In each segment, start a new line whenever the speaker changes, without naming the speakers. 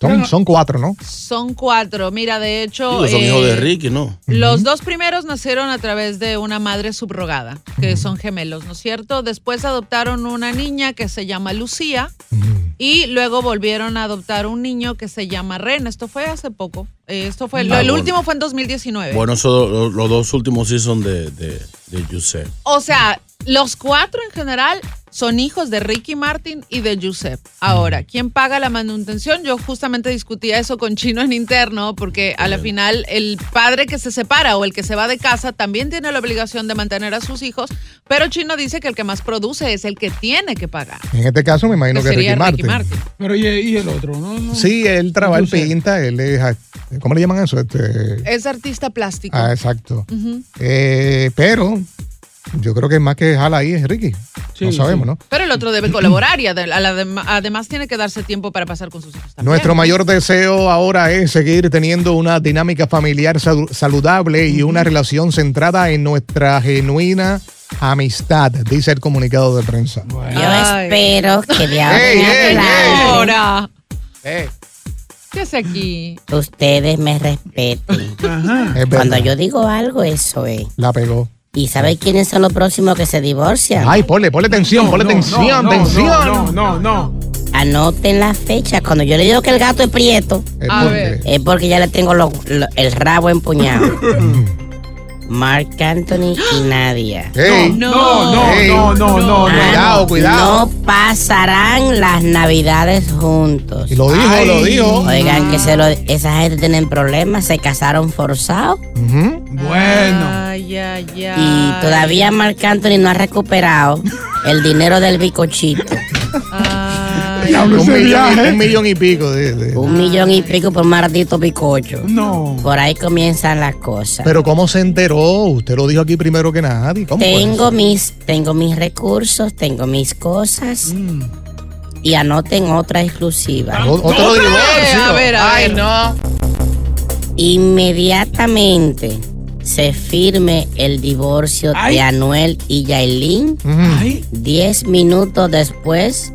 Son, son cuatro, ¿no?
Son cuatro. Mira, de hecho.
Digo, son
eh,
hijos de Ricky, ¿no?
Los dos primeros nacieron a través de una madre subrogada, que son gemelos, ¿no es cierto? Después adoptaron una niña que se llama Lucía y luego volvieron a adoptar un niño que se llama Ren. Esto fue hace poco. Eh, Esto fue, lo-
Ah,
el
bueno.
último fue en 2019.
Bueno, esos los, los dos últimos sí son de, de, de Yusef.
O sea, los cuatro en general son hijos de Ricky Martin y de Giuseppe. Ahora, ¿quién paga la manutención? Yo justamente discutía eso con Chino en interno, porque a la final el padre que se separa o el que se va de casa también tiene la obligación de mantener a sus hijos, pero Chino dice que el que más produce es el que tiene que pagar.
En este caso me imagino
que
que,
sería
Ricky Martin.
Pero y, y el otro, Oh, ¿no? no.
Sí, él trabaja, él
Entonces-
pinta, él es, act- ¿cómo le llaman eso? Este,
Es artista plástico.
ah, exacto.
Ujú.
Eh, pero yo creo que más que jala ahí es Ricky.
Sí,
no sabemos, ¿no?
Pero el otro debe colaborar y ade- a la dem- además tiene que darse tiempo para pasar con sus hijos. también.
Nuestro mayor deseo ahora es seguir teniendo una dinámica familiar sal- saludable y una relación centrada en nuestra genuina amistad, dice el comunicado de prensa.
Bueno.
Yo
Ay.
espero que de ahora
Ey,
en
ey,
adelante
Ahora,
Eh,
¿qué hace aquí?
ustedes me respeten.
Ajá.
es
Cuando
verdad,
yo digo algo, eso es.
la pegó.
¿Y sabéis quiénes son los próximos que se divorcian?
Ay, ponle, ponle tensión, ponle tensión,
no,
tensión.
No, no, no.
Anoten la fecha. Cuando yo le digo que el gato es prieto,
Eh,
A
ponle.
ver.
es porque ya le tengo lo- lo- el rabo empuñado. Mark Anthony y Nadia.
Ey,
No, no,
Ey.
no, no, no, no.
Cuidado, cuidado.
No pasarán las navidades juntos.
Y lo dijo, lo dijo. Mm.
Oigan, que se lo- esa gente tienen problemas, se casaron forzados
Ujú.
Bueno.
Ay, ay, ay.
y todavía Marc Anthony no ha recuperado el dinero del bicochito.
Ay.
Un,
ese
millón, y-
viaje.
un millón y pico. de- de-
Un millón y pico por maldito bicocho.
No.
Por ahí comienzan las cosas.
Pero ¿cómo se enteró? Usted lo dijo aquí primero que nadie. ¿Cómo fue
tengo
eso?
mis, tengo mis recursos, tengo mis cosas. Y anoten otra exclusiva.
Mm. O- Otro divorcio.
A ver, a ver.
no.
Inmediatamente se firme el divorcio
Ay.
de Anuel y Yailin.
Ujú.
Ay,
Diez minutos después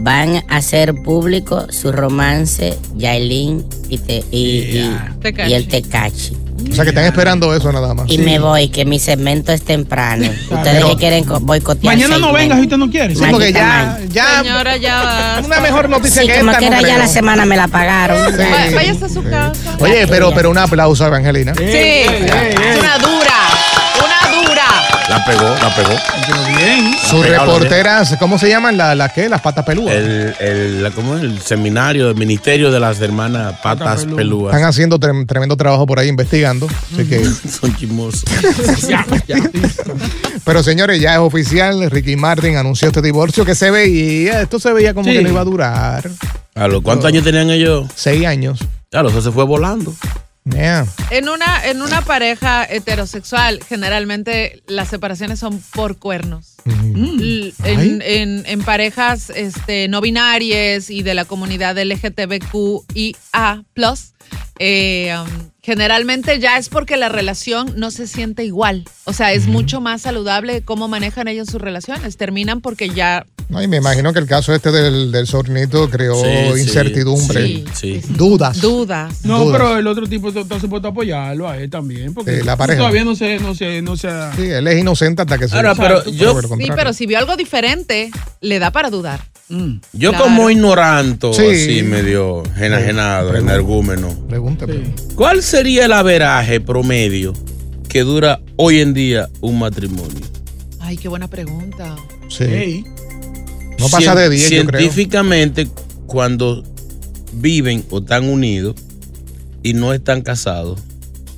van a hacer público su romance Yailin y, te- y- y- y el Tecachi.
O sea, que están esperando eso nada más.
Y me voy, que mi segmento es temprano. Ustedes
Pero-
que quieren co- boicotear.
Mañana no vengas,
usted no quiere.
Sí, porque ya, ya.
Señora, ya basta.
Una mejor noticia
Sí,
que
como
esta,
quiera,
no
ya
creo.
la semana me la pagaron.
Va- Váyase a su casa.
Oye, pero, pero un aplauso a Evangelina.
Sí, es una dura, una dura.
La pegó, la pegó.
bien.
Sus reporteras, ¿cómo se llaman? ¿La, la qué? Las patas peludas.
El, el, la- ¿cómo es? el seminario del Ministerio de las Hermanas Patas Pelúas.
Están haciendo trem- tremendo trabajo por ahí investigando. Así que,
Son chismosos.
pero señores, ya es oficial. Ricky Martin anunció este divorcio que se veía. Esto se veía como
Sí.
que no iba a durar.
A los cuántos años tenían ellos?
Seis años.
Claro, eso se fue volando.
Yeah.
En una, en una pareja heterosexual, generalmente las separaciones son por cuernos. L-
Mm. Ay.
En, en- en parejas este, no binarias y de la comunidad LGTBQIA, eh, um, generalmente ya es porque la relación no se siente igual. O sea, es mucho más saludable cómo manejan ellos sus relaciones. Terminan porque ya.
Ay, me imagino que el caso este del, del Sornito creó
Sí, sí,
incertidumbre,
sí,
Sí.
dudas.
Dudas.
No,
Dudas.
pero el otro tipo está, está supuesto a apoyarlo a él también. Porque
Sí, la pareja.
todavía no sé, no sé, no sé.
Sí, él es inocente hasta que se
Ahora, pero yo-
por el
Sí,
contrario.
pero si vio algo diferente, le da para dudar.
Mm.
Yo
Claro.
como ignorante,
Sí.
así medio enajenado, energúmeno.
Pregúntame.
¿Cuál sería el averaje promedio que dura hoy en día un matrimonio?
Ay, qué buena pregunta.
Sí.
Ey.
No pasa de 10, yo creo.
Científicamente, cuando viven o están unidos y no están casados,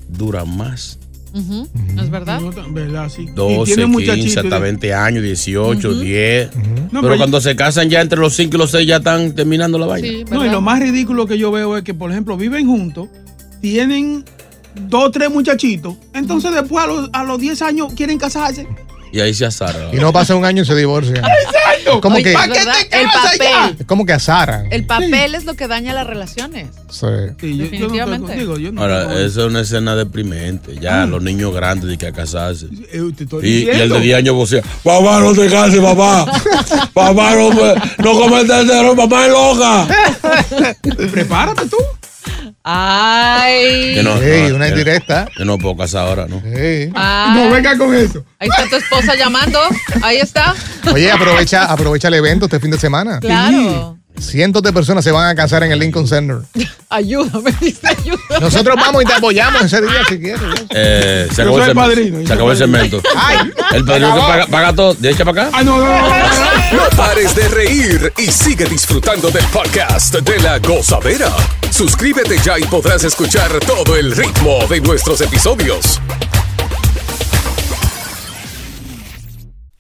duran más.
Ujú,
Mm.
¿no ¿Es verdad?
No, no, verdad, sí.
12, 15, hasta 20 años, 18, 10.
No,
pero
pero-
cuando se casan ya entre los 5 y los 6 ya están terminando la vaina.
Sí,
No, y
¿verdad?
lo más ridículo que yo veo es que, por ejemplo, viven juntos, tienen dos, tres muchachitos, entonces después a los, a los 10 años quieren casarse.
Y ahí se azarra.
Y no pasa un año y se divorcian. Como
Oye,
que,
¿es verdad? El
casas
papel.
es como que azaran.
El papel es lo que daña las relaciones.
Sí.
Sí, yo- yo, no estoy
Definitivamente.
contigo, yo no. no,
Ahora, eso es una escena deprimente. Ya, los niños grandes de que a casarse.
Ah. eh, te estoy
Y, y el
diciendo.
de 10 años vocea, papá, no te cases, papá. papá, no, no cometas ese error, papá es loca.
Prepárate tú.
Ay.
Yo no,
Ey,
no,
una
yo-
indirecta.
yo no puedo casar ahora, ¿no?
Ey.
Ay.
venga con eso.
Ah, Ahí está tu esposa llamando. Ahí está.
Oye, aprovecha, aprovecha el evento este fin de semana.
Claro.
Cientos de personas se van a casar en el Lincoln Center.
Ayúdame, dice ayuda.
Nosotros vamos y te apoyamos ese día si quieres.
Eh, se
Yo
acabó
soy
el cemento.
el padrino, yo
se acabó el cemento.
Ay,
El padrino que paga, paga todo, de echa para acá.
Ah, no, no, no, no, no.
No pares de reír y sigue disfrutando del podcast de la gozadera. Suscríbete ya y podrás escuchar todo el ritmo de nuestros episodios.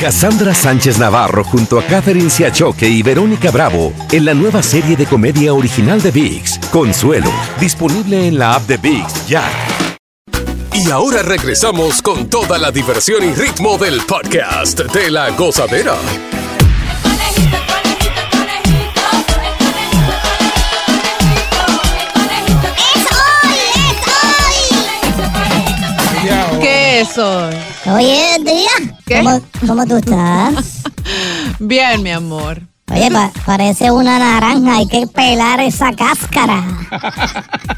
Cassandra Sánchez Navarro junto a Catherine Siachoque y Verónica Bravo en la nueva serie de comedia original de VIX, Consuelo, disponible en la app de VIX ya.
Y ahora regresamos con toda la diversión y ritmo del podcast de la gozadera.
¿Qué es hoy?
Oye, tía,
¿Qué?
¿Cómo, cómo tú estás?
Bien, mi amor.
Oye, pa- parece una naranja, hay que pelar esa cáscara.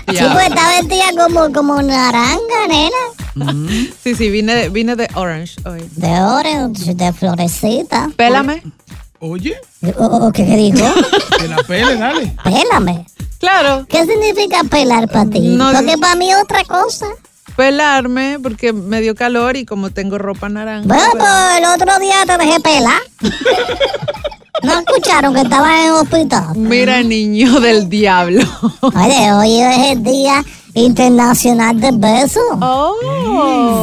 Sí,
Ya.
pues está vestida como, como naranja, nena.
Mm. Sí, sí, vine, vine de Orange hoy.
De orange, de florecita.
Pélame.
Oye,
O- o- ¿Qué qué dijo?
que la pele, dale.
Pélame.
Claro,
¿Qué significa pelar para ti?
No,
Porque para mí es otra cosa.
pelarme porque me dio calor y como tengo ropa naranja.
Bueno,
pues-
pues el otro día te dejé pelar. ¿No escucharon que estabas en hospital?
Mira, niño del diablo.
Oye, hoy es el día internacional de besos.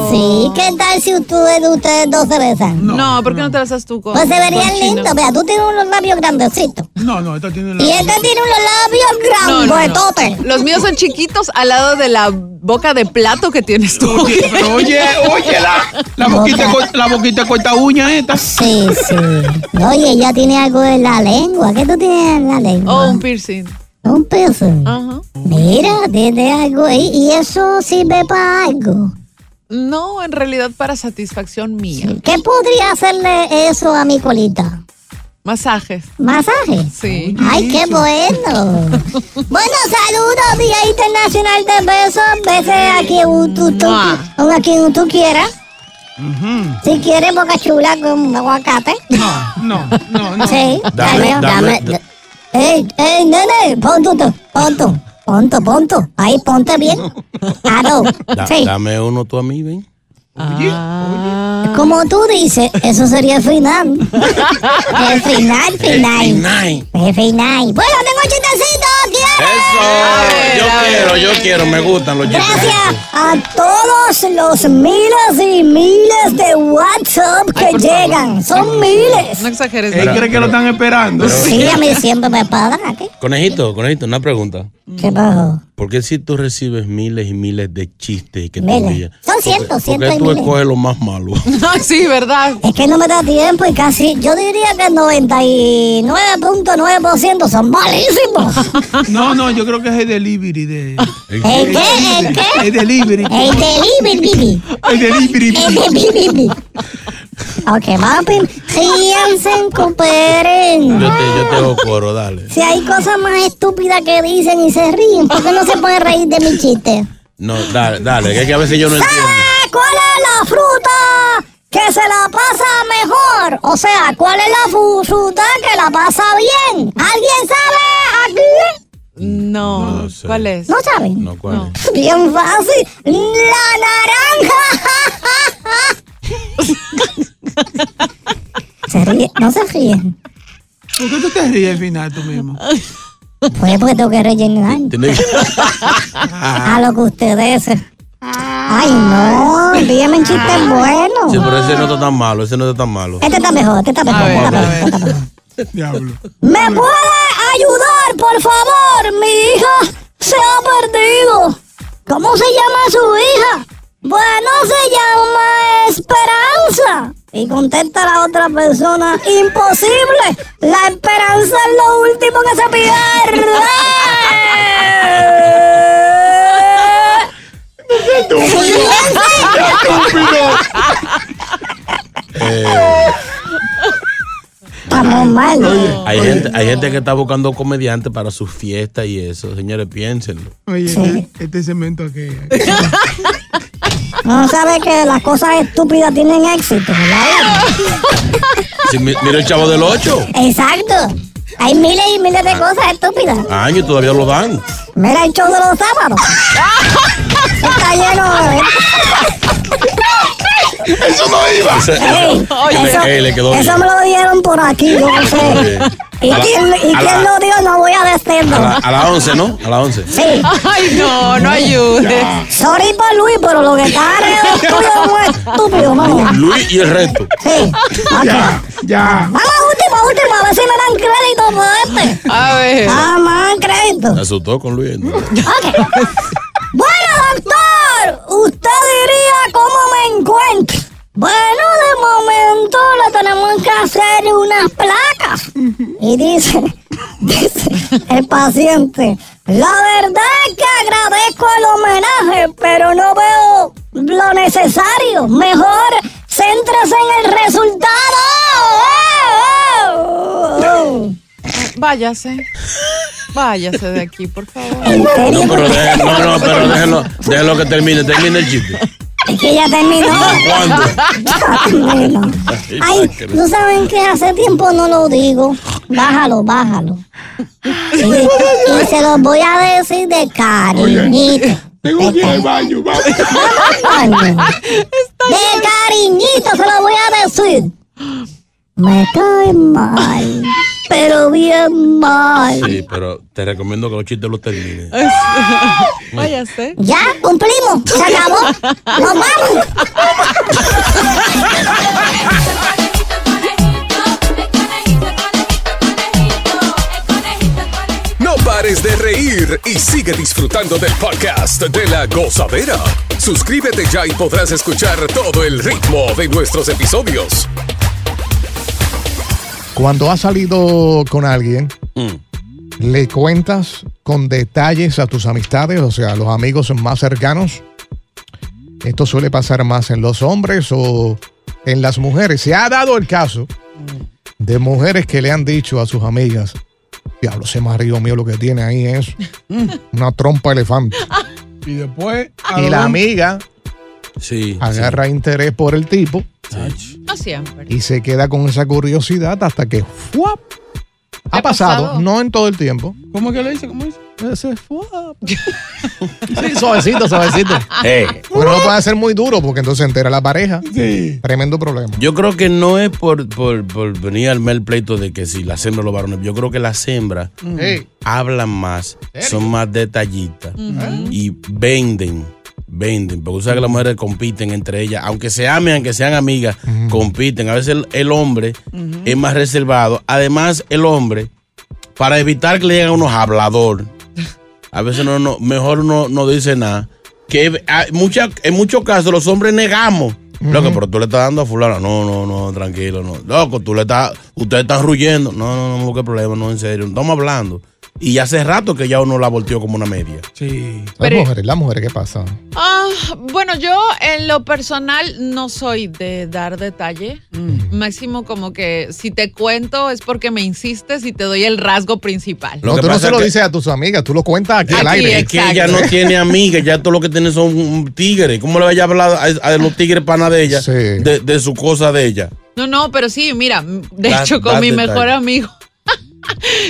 Sí, ¿qué tal si ustedes, ustedes dos se besan?
Oh. No, ¿por qué no te las haces tú con
Pues se verían
con Chino?
lindos. Vea, tú tienes unos labios grandecitos.
No, no, esta tiene
Y este tiene
No,
unos labios
no, no.
grandototes.
Los míos son chiquitos al lado de la boca de plato que tienes tú.
Oye, pero oye, oye, la, la boquita, co- la boquita corta uña esta.
Sí, sí. Oye, ella tiene algo en la lengua. ¿Qué tú tienes en la lengua?
Oh, un piercing.
Un piercing. Mira, tiene algo ahí. ¿Y eso sirve para algo?
No, en realidad para satisfacción mía.
¿Qué podría hacerle eso a mi colita?
Masajes.
¿Masaje?
Sí.
¡Ay, qué bueno! bueno, saludos, Día Internacional de Besos. Vete aquí, un, tú, tú, un aquí un tú quieras. Si quieres, boca chula con aguacate.
No, no, no.
Sí,
Dame,
dame,
dame,
dame. Ey, ey, nene, ponto, tú, ponto, ponto, ponto. Ahí, ponte bien. Claro,
Da-
sí.
Dame uno tú a mí, ven.
Como tú dices, eso sería el final. el final, final. El
final.
El final. Bueno, tengo un chistecito.
Yo quiero, yo quiero, me gustan los chistes.
a todos los miles y miles de WhatsApp que llegan. Son miles.
No exageres.
Él cree que lo
están esperando.
Sí, a mí siempre me pagan. ¿qué?
eh, Conejito, conejito, una pregunta.
¿Qué pasó?
¿Por qué si tú recibes miles y miles de chistes que te
Miles.
envían?
Son
¿por qué-
cientos,
¿Por
cientos
qué
y
tú
miles.
escoges lo más malo?
No, sí, ¿verdad?
Es que no me da tiempo y casi, yo diría que el 99.9% son malísimos.
No, no, yo creo que es el delivery de.
¿El
qué? ¿El qué?
El delivery.
El delivery.
El delivery.
El delivery. Ok, papi, ríanse, cooperen.
Yo te, yo te hago coro, dale.
Si hay cosas más estúpidas que dicen y se ríen, ¿por qué no se pueden reír de mi chiste?
No, dale, dale, que, es que a veces yo no entiendo.
Ah, ¿Cuál es la fruta que se la pasa mejor? O sea, ¿cuál es la fu- fruta que la pasa bien? ¿Alguien sabe? ¿Alguien?
No, ¿cuál es?
¿No saben?
No, ¿cuál es?
Bien fácil. La naranja. se ríe, no se ríen.
¿Por qué tú te ríes al final tú mismo?
Pues porque tengo que rellenar a lo que ustedes. Ay, no. Dígame un chiste bueno.
Sí, pero ese no está tan malo, ese no está tan malo.
Este está mejor, este está mejor. este está mejor, este está mejor.
Diablo.
¿Me puede ayudar, por favor? Mi hija se ha perdido. ¿Cómo se llama su hija? Bueno, se llama Esperanza. Y contesta la otra persona, imposible. La esperanza es lo último que se pierde. Estamos mal.
Hay, gente, hay gente que está buscando comediantes para sus fiestas y eso. Señores, piénsenlo.
Oye, este, este cemento aquí.
No sabe que las cosas estúpidas tienen éxito, ¿verdad?
Sí, mi- mira el chavo del 8.
Exacto. Hay miles y miles de cosas estúpidas.
Años todavía lo dan.
Mira el show de los sábados. Está lleno de...
Eso no iba.
Ey, eso, eso me lo dieron por aquí, yo no sé. ¿Y
A la-
quién, y
a
quién
la-
lo dio? No voy a decirlo.
A la, a la 11, ¿no? A la 11.
Sí.
Ay, no, no ayudes.
Sorry por Luis, pero lo que está alrededor tuyo es un estúpido, ¿no?
Luis y el resto.
Sí. Ok.
Ya.
Vamos, última, última, a ver si me dan crédito por este.
A ver.
Ah, me dan crédito.
Se asustó con Luis. ¿no?
Bueno, doctor, ¿usted diría cómo me encuentro? Bueno, de momento le tenemos que hacer unas placas. Y dice, dice el paciente, la verdad es que agradezco el homenaje, pero no veo lo necesario. Mejor céntrese en el resultado. ¡Eh, eh, eh!
Váyase. Váyase de aquí, por favor.
¿En serio?
No, pero déjenlo, no, no, pero déjenlo, déjenlo que termine, termine el chiste.
Es que ya terminó.
¿Cuándo?
Bueno. Ay, no saben que hace tiempo no lo digo. Bájalo, bájalo. Y, y se los voy a decir de cariñito.
Tengo que ir al baño, vamos.
Coño. De cariñito se los voy a decir. Me caen mal, pero bien mal.
Sí, pero te recomiendo que los chistes los termines.
Váyase.
Ya, cumplimos. Se acabó. Nos vamos.
No pares de reír y sigue disfrutando del podcast de la gozadera. Suscríbete ya y podrás escuchar todo el ritmo de nuestros episodios.
Cuando has salido con alguien,
Mm.
le cuentas con detalles a tus amistades, o sea, a los amigos más cercanos. Esto suele pasar más en los hombres o en las mujeres. Se ha dado el caso de mujeres que le han dicho a sus amigas, diablo, ese marido mío lo que tiene ahí es una trompa de elefante.
Y después.
Y la amiga
sí,
agarra interés por el tipo
No siempre.
y se queda con esa curiosidad hasta que ¡fuap! ha pasado, no en todo el tiempo.
¿Cómo que le dice? ¿Cómo dice?
Ese fue. Sí, suavecito, suavecito. Pero no puede ser muy duro porque entonces entera la pareja.
Eh. Sí.
Tremendo problema.
Yo creo que no es por, por, por venir al mel pleito de que si las hembras o los varones. Yo creo que las hembras
Mm. Sí.
hablan más,
¿Serio?
son más detallistas y venden. Venden, porque usted sabe que las mujeres compiten entre ellas, aunque se amen, aunque sean amigas, compiten. A veces el, el hombre es más reservado. Además, el hombre, para evitar que le lleguen unos hablador, a veces no, no, mejor no, no dice nada. Que ah, mucha- en muchos casos los hombres negamos. Loco, pero tú le estás dando a fulano. No, no, no, tranquilo, no. Loco, tú le estás, ustedes están ruyendo. No, no, no, qué problema, no, en serio. Estamos hablando. Y ya hace rato que ya uno la volteó como una media.
Sí.
Las
Pero-
mujeres, las mujeres, ¿qué pasa?
Ah, bueno, yo en lo personal no soy de dar detalle.
Mm.
Máximo como que si te cuento es porque me insistes y te doy el rasgo principal.
no, tú no se lo dices a tus amigas, tú lo cuentas aquí, al
Aquí,
aire.
Es que ella no tiene amigas, ya todo lo que tiene son mm, tigres. ¿Cómo le vaya a hablar a, a los tigres pana de ella? De, de su cosa de ella.
No, no, pero sí, mira, de
Da-
hecho con
da
mi
detalle.
mejor amigo.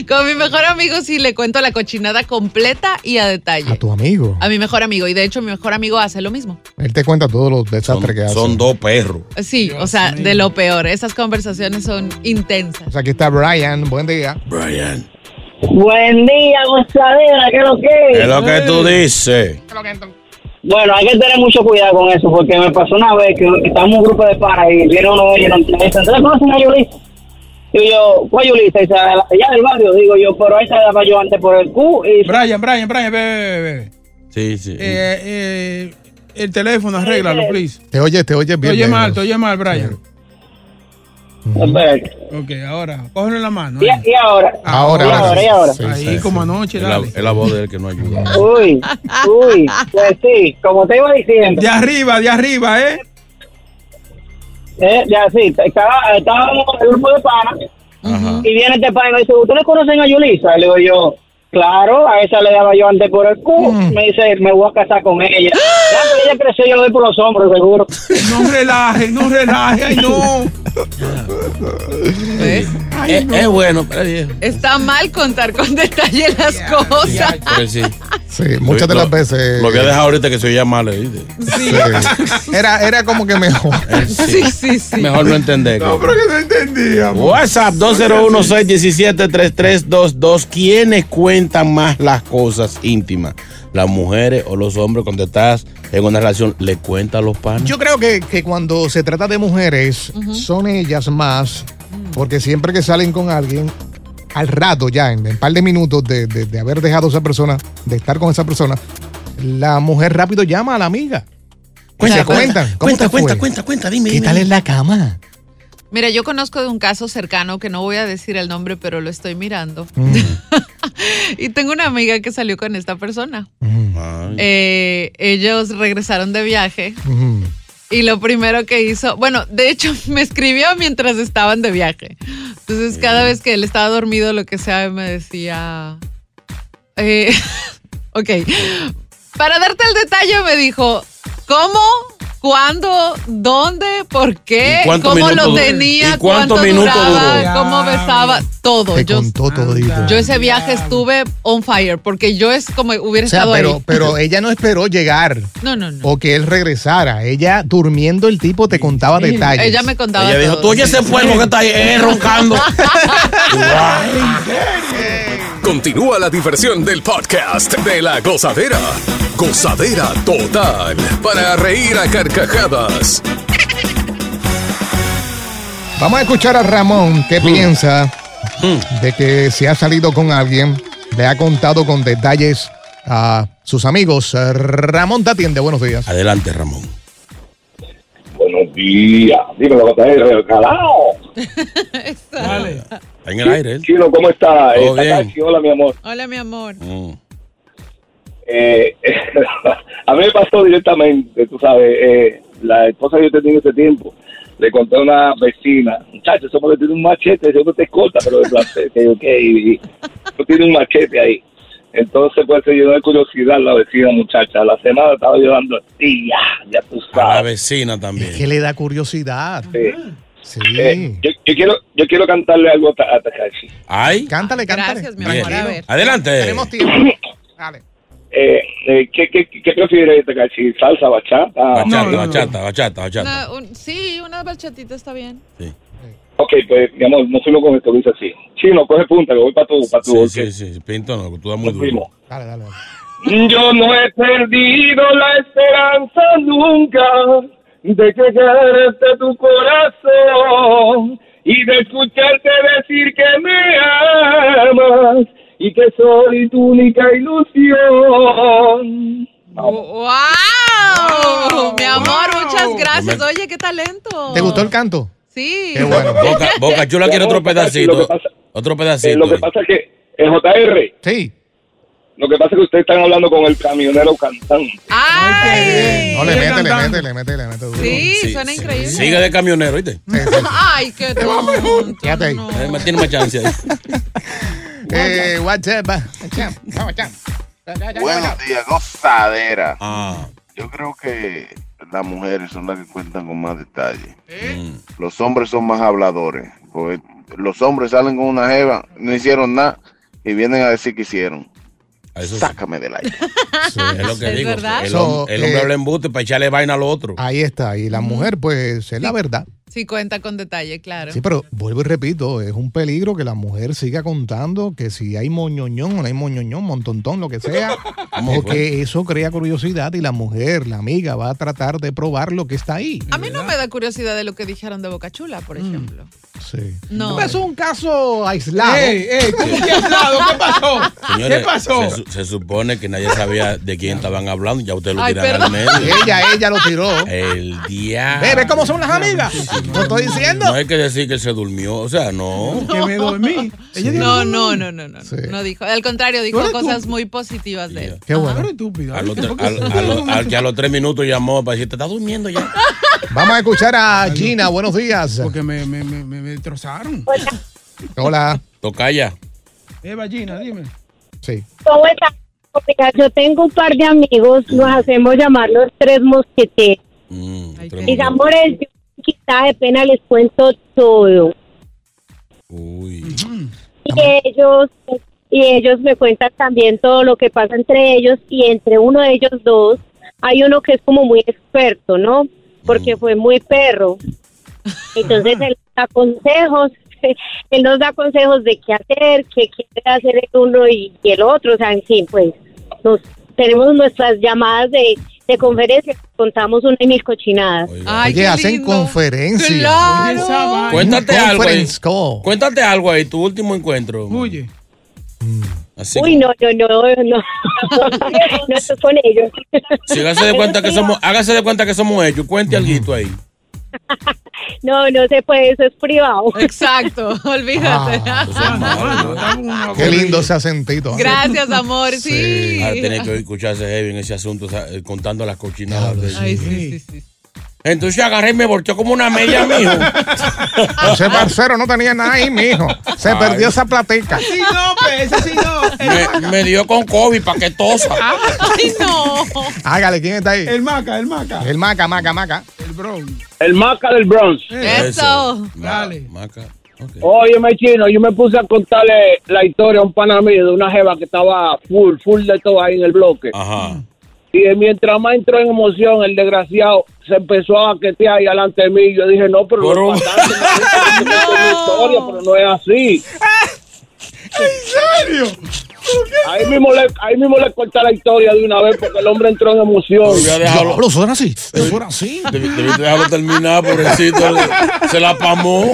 con mi mejor amigo sí le cuento la cochinada completa y a detalle.
Tu amigo.
A mi mejor amigo. Y de hecho, mi mejor amigo hace lo mismo.
Él te cuenta todos los desastres que hace.
Son dos perros.
Sí, o sea, de lo peor. Esas conversaciones son intensas.
O sea, aquí está Brian. Buen día.
Brian.
Buen día, gozadera, ¿qué es lo que
Es lo que tú dices.
Bueno, hay que tener mucho cuidado con eso, porque me pasó una vez que estábamos en un grupo de para y viene uno de ellos y me dice, ¿ustedes conocen a Yulisa? Y yo, ¿cuál Yulisa? Y dice, "A la- allá del barrio, digo yo, pero ahí se daba yo antes por el Q y...
Brian, Brian, Brian, bebe, bebe.
Sí, sí.
Eh, eh, el teléfono, arréglalo, please.
Te oyes, te oyes
Te
bien.
oye
bien.
mal, te oye mal, Brian. Ok, ahora, cógelo en la mano. ahí.
Y ahora.
Ahora,
y ahora, y ahora.
Ahí como anoche,
Es la,
dale.
es la voz de él que no ayuda.
Uy, uy, pues sí, como te iba diciendo.
De arriba, de arriba, ¿eh?
Eh, ya sí, estaba, estábamos en el grupo de panas y viene este pana y me dice, ¿ustedes conocen a Yulisa? Y le digo yo, claro, a esa le daba yo antes por el cu.
Mm.
Me dice, me voy a casar con ella. Ya que ella creció, yo le doy por los hombros, seguro.
No relaje, no relaje, ay no.
¿Ves?
es,
Eh,
eh,
es bueno, pero es
Está mal contar con detalle las cosas.
Pero sí.
Sí, muchas de
Lo-
las veces. eh,
Lo voy a dejar ahorita que se oía mal. ¿eh?
Sí. Era, era como que mejor.
Sí, sí, sí.
Mejor no entender.
No, pero que no entendíamos.
WhatsApp 201-617-3322. ¿Quiénes cuentan más las cosas íntimas? ¿Las mujeres o los hombres cuando estás en una relación? ¿Le cuentan los panes?
Yo creo que, que cuando se trata de mujeres, son ellas más, porque siempre que salen con alguien, al rato ya, en un par de minutos de, de- de haber dejado a esa persona, de estar con esa persona, la mujer rápido llama a la amiga.
Cuenta,
Se
cuenta,
cuentan.
cuenta, cuenta,
cuenta,
cuenta, dime.
¿Qué tal es la cama?
Mira, yo conozco de un caso cercano que no voy a decir el nombre, pero lo estoy mirando. y tengo una amiga que salió con esta persona. Eh, ellos regresaron de viaje y lo primero que hizo, bueno, de hecho me escribió mientras estaban de viaje. Entonces
Mm.
cada vez que él estaba dormido, lo que sea, me decía, eh, ok, para darte el detalle me dijo, ¿cómo? ¿Cuándo? ¿Dónde? ¿Por qué?
¿Y cuántos
¿Cómo lo
minutos-
tenía?
y cuántos minutos
duraba?
duró?
¿Cómo besaba? Todo.
Te
Yo,
contó todito.
yo ese viaje estuve on fire porque yo es como hubiera
O sea,
estado
pero,
ahí.
pero ella no esperó llegar
No, no, no.
o que él regresara. Ella, durmiendo, el tipo te contaba detalles.
Ella me contaba
Ella dijo,
todo.
tú oye ese pueblo que está ahí eh, roncando.
Continúa la diversión del podcast de la gozadera. Gozadera total. Para reír a carcajadas.
Vamos a escuchar a Ramón que piensa de que si ha salido con alguien, le ha contado con detalles a sus amigos. Ramón te atiende, buenos días.
Adelante, Ramón.
Buenos días. Dímelo, Batajero, calao.
Está en el aire. él.
Chino, ¿cómo está?
Todo
Está
bien.
Takashi, hola, mi amor.
Hola, mi amor.
Eh, a mí me pasó directamente, tú sabes, eh, la esposa que yo tenía en ese tiempo, le conté a una vecina, muchacho, somos que tiene un machete, yo no te corta, pero de placer, que yo, ¿qué? Y, y, no tiene un machete ahí. Entonces, pues, se llenó de curiosidad la vecina, muchacha. La semana estaba llorando, tía, ya tú
A la
sabes.
vecina también.
Que le da curiosidad. Sí.
Eh, yo, yo quiero, yo quiero cantarle algo a, Ta- a Takashi.
Ay.
Cántale, cántale.
Gracias,
mi
Bien. Adelante.
Tenemos tiempo.
Eh, eh, ¿qué, qué, ¿Qué prefieres, Takashi? ¿Salsa, bachata?
Bachata, bachata, bachata, bachata.
Una- un- sí, una bachatita está bien.
Ok, pues, mi amor, no fuimos con esto, dice así. Chino, coge punta, que voy para tu, para tu
Sí,
golpe.
sí, sí, sí. Pinto no, tú das muy duro.
Primo. Yo no he perdido la esperanza nunca de que quererte tu corazón y de escucharte decir que me amas y que soy tu única ilusión.
¡Wow! mi amor, muchas gracias. Oye, qué talento.
¿Te gustó el canto?
Sí.
Boca, Boca Chula quiere otro
Lo que
pedacito.
pasa-
Otro pedacito.
Eh, lo que pasa es que, eh, JR.
Sí.
Lo que pasa es que ustedes están hablando con el camionero cantante.
¡Ay!
No, le
Sigue
métele,
cantando.
métele, métele, métele duro.
Sí, suena increíble.
Sigue de camionero, ¿viste?
Ay, qué tonto.
Quédate ahí.
Eh, me Tiene más chance ahí.
Eh, WhatsApp. WhatsApp, WhatsApp.
Buenos días, gozadera.
Ah.
Yo creo que las mujeres son las que cuentan con más detalle.
¿Eh?
Los hombres son más habladores. porque los hombres salen con una jeva, no hicieron nada y vienen a decir que hicieron. Sácame del aire.
Es lo que
Es
digo.
verdad.
El,
So,
hom- el hombre
eh,
habla embuste para echarle vaina al otro.
Ahí está. Y la mujer, pues, es la verdad.
Sí, cuenta con detalle, claro.
Sí, pero vuelvo y repito, es un peligro que la mujer siga contando que si hay moñoñón o no hay moñoñón, montontón, lo que sea, porque eso crea curiosidad y la mujer, la amiga, va a tratar de probar lo que está ahí.
A mí no me da curiosidad de lo que dijeron de Boca Chula, por ejemplo.
Sí.
Mm. No.
Es un caso aislado.
Ey, ey, ¿cómo que
aislado? ¿Qué pasó?
Señores,
¿Qué pasó?
Se, su- se supone que nadie sabía de quién estaban hablando. Ya ustedes lo
Ay,
tiraron al
perdón.
medio. Ah.
Ella, ella lo tiró.
El día.
Ve, ve cómo son las amigas. Lo estoy diciendo.
No hay que decir que se durmió. O sea, no.
Que me
dormí.
No, no, no, no, no. No dijo. Al contrario, dijo cosas muy positivas de él.
Qué bueno.
A los tre- al- a los- al que a los tres minutos llamó para decir, te estás durmiendo ya.
Vamos a escuchar a Gina. Buenos días.
Que me, me, me, me- me destrozaron.
Hola.
Tocaya.
Eva Gina, Eh, dime.
Sí.
¿Cómo estás? Mira, Yo tengo un par de amigos, nos hacemos llamar los tres mosqueteros. Mis amores, yo quita de pena les cuento todo. Y ellos, y ellos me cuentan también todo lo que pasa entre ellos y entre uno de ellos dos hay uno que es como muy experto, ¿no? Porque fue muy perro. Entonces él da consejos, él nos da consejos de qué hacer, qué quiere hacer el uno y, y el otro, o sea, en fin, pues nos, tenemos nuestras llamadas de, de conferencia, contamos una y mil cochinadas.
Oye, hacen conferencias. Un
Cuéntate algo. Ahí.
conference call.
Cuéntate algo ahí, tu último encuentro.
Oye.
Así
Uy, no, no, no, no, no estoy con ellos.
Si hágase de cuenta que somos, hágase de cuenta que somos ellos. Cuente algo ahí.
No, no se puede, eso es privado.
Exacto, olvídate. Ah.
Qué lindo ese acentito. ¿eh?
Gracias, amor. Este, Sí.
Ah, Ahora tiene que escucharse heavy en ese asunto, o sea, eh, contando las cochinadas. de-
Ay, sí, sí, sí.
Entonces yo agarré y me volteó como una media, mijo.
Ese parcero no tenía nada ahí, mijo. Se
Ay.
perdió esa platica.
Sí, no, pues, ese sí no.
Me, me dio con COVID para que tosa.
Ah. Ay, no.
Hágale, ¿quién está ahí?
El maca, el maca.
El maca, maca, maca.
El bron.
El maca del Bronx.
Eso.
Dale.
Óyeme, chino, yo me puse a contarle la historia a un pana mío de una jeva que estaba full, full de todo ahí en el bloque.
Ajá.
Y eh, mientras más entró en emoción, el desgraciado se empezó a baquetear ahí delante de mí. Yo dije, no, pero no es para tanto, no, no, es una historia, pero no es así.
¿En serio?
Ahí mismo, le, ahí mismo le conté la historia de una vez porque el hombre entró en emoción.
Hubiera dejado- Diablo,
suena así. Suena así.
Debí- Debiste dejarlo terminar, pobrecito. Se la pamó.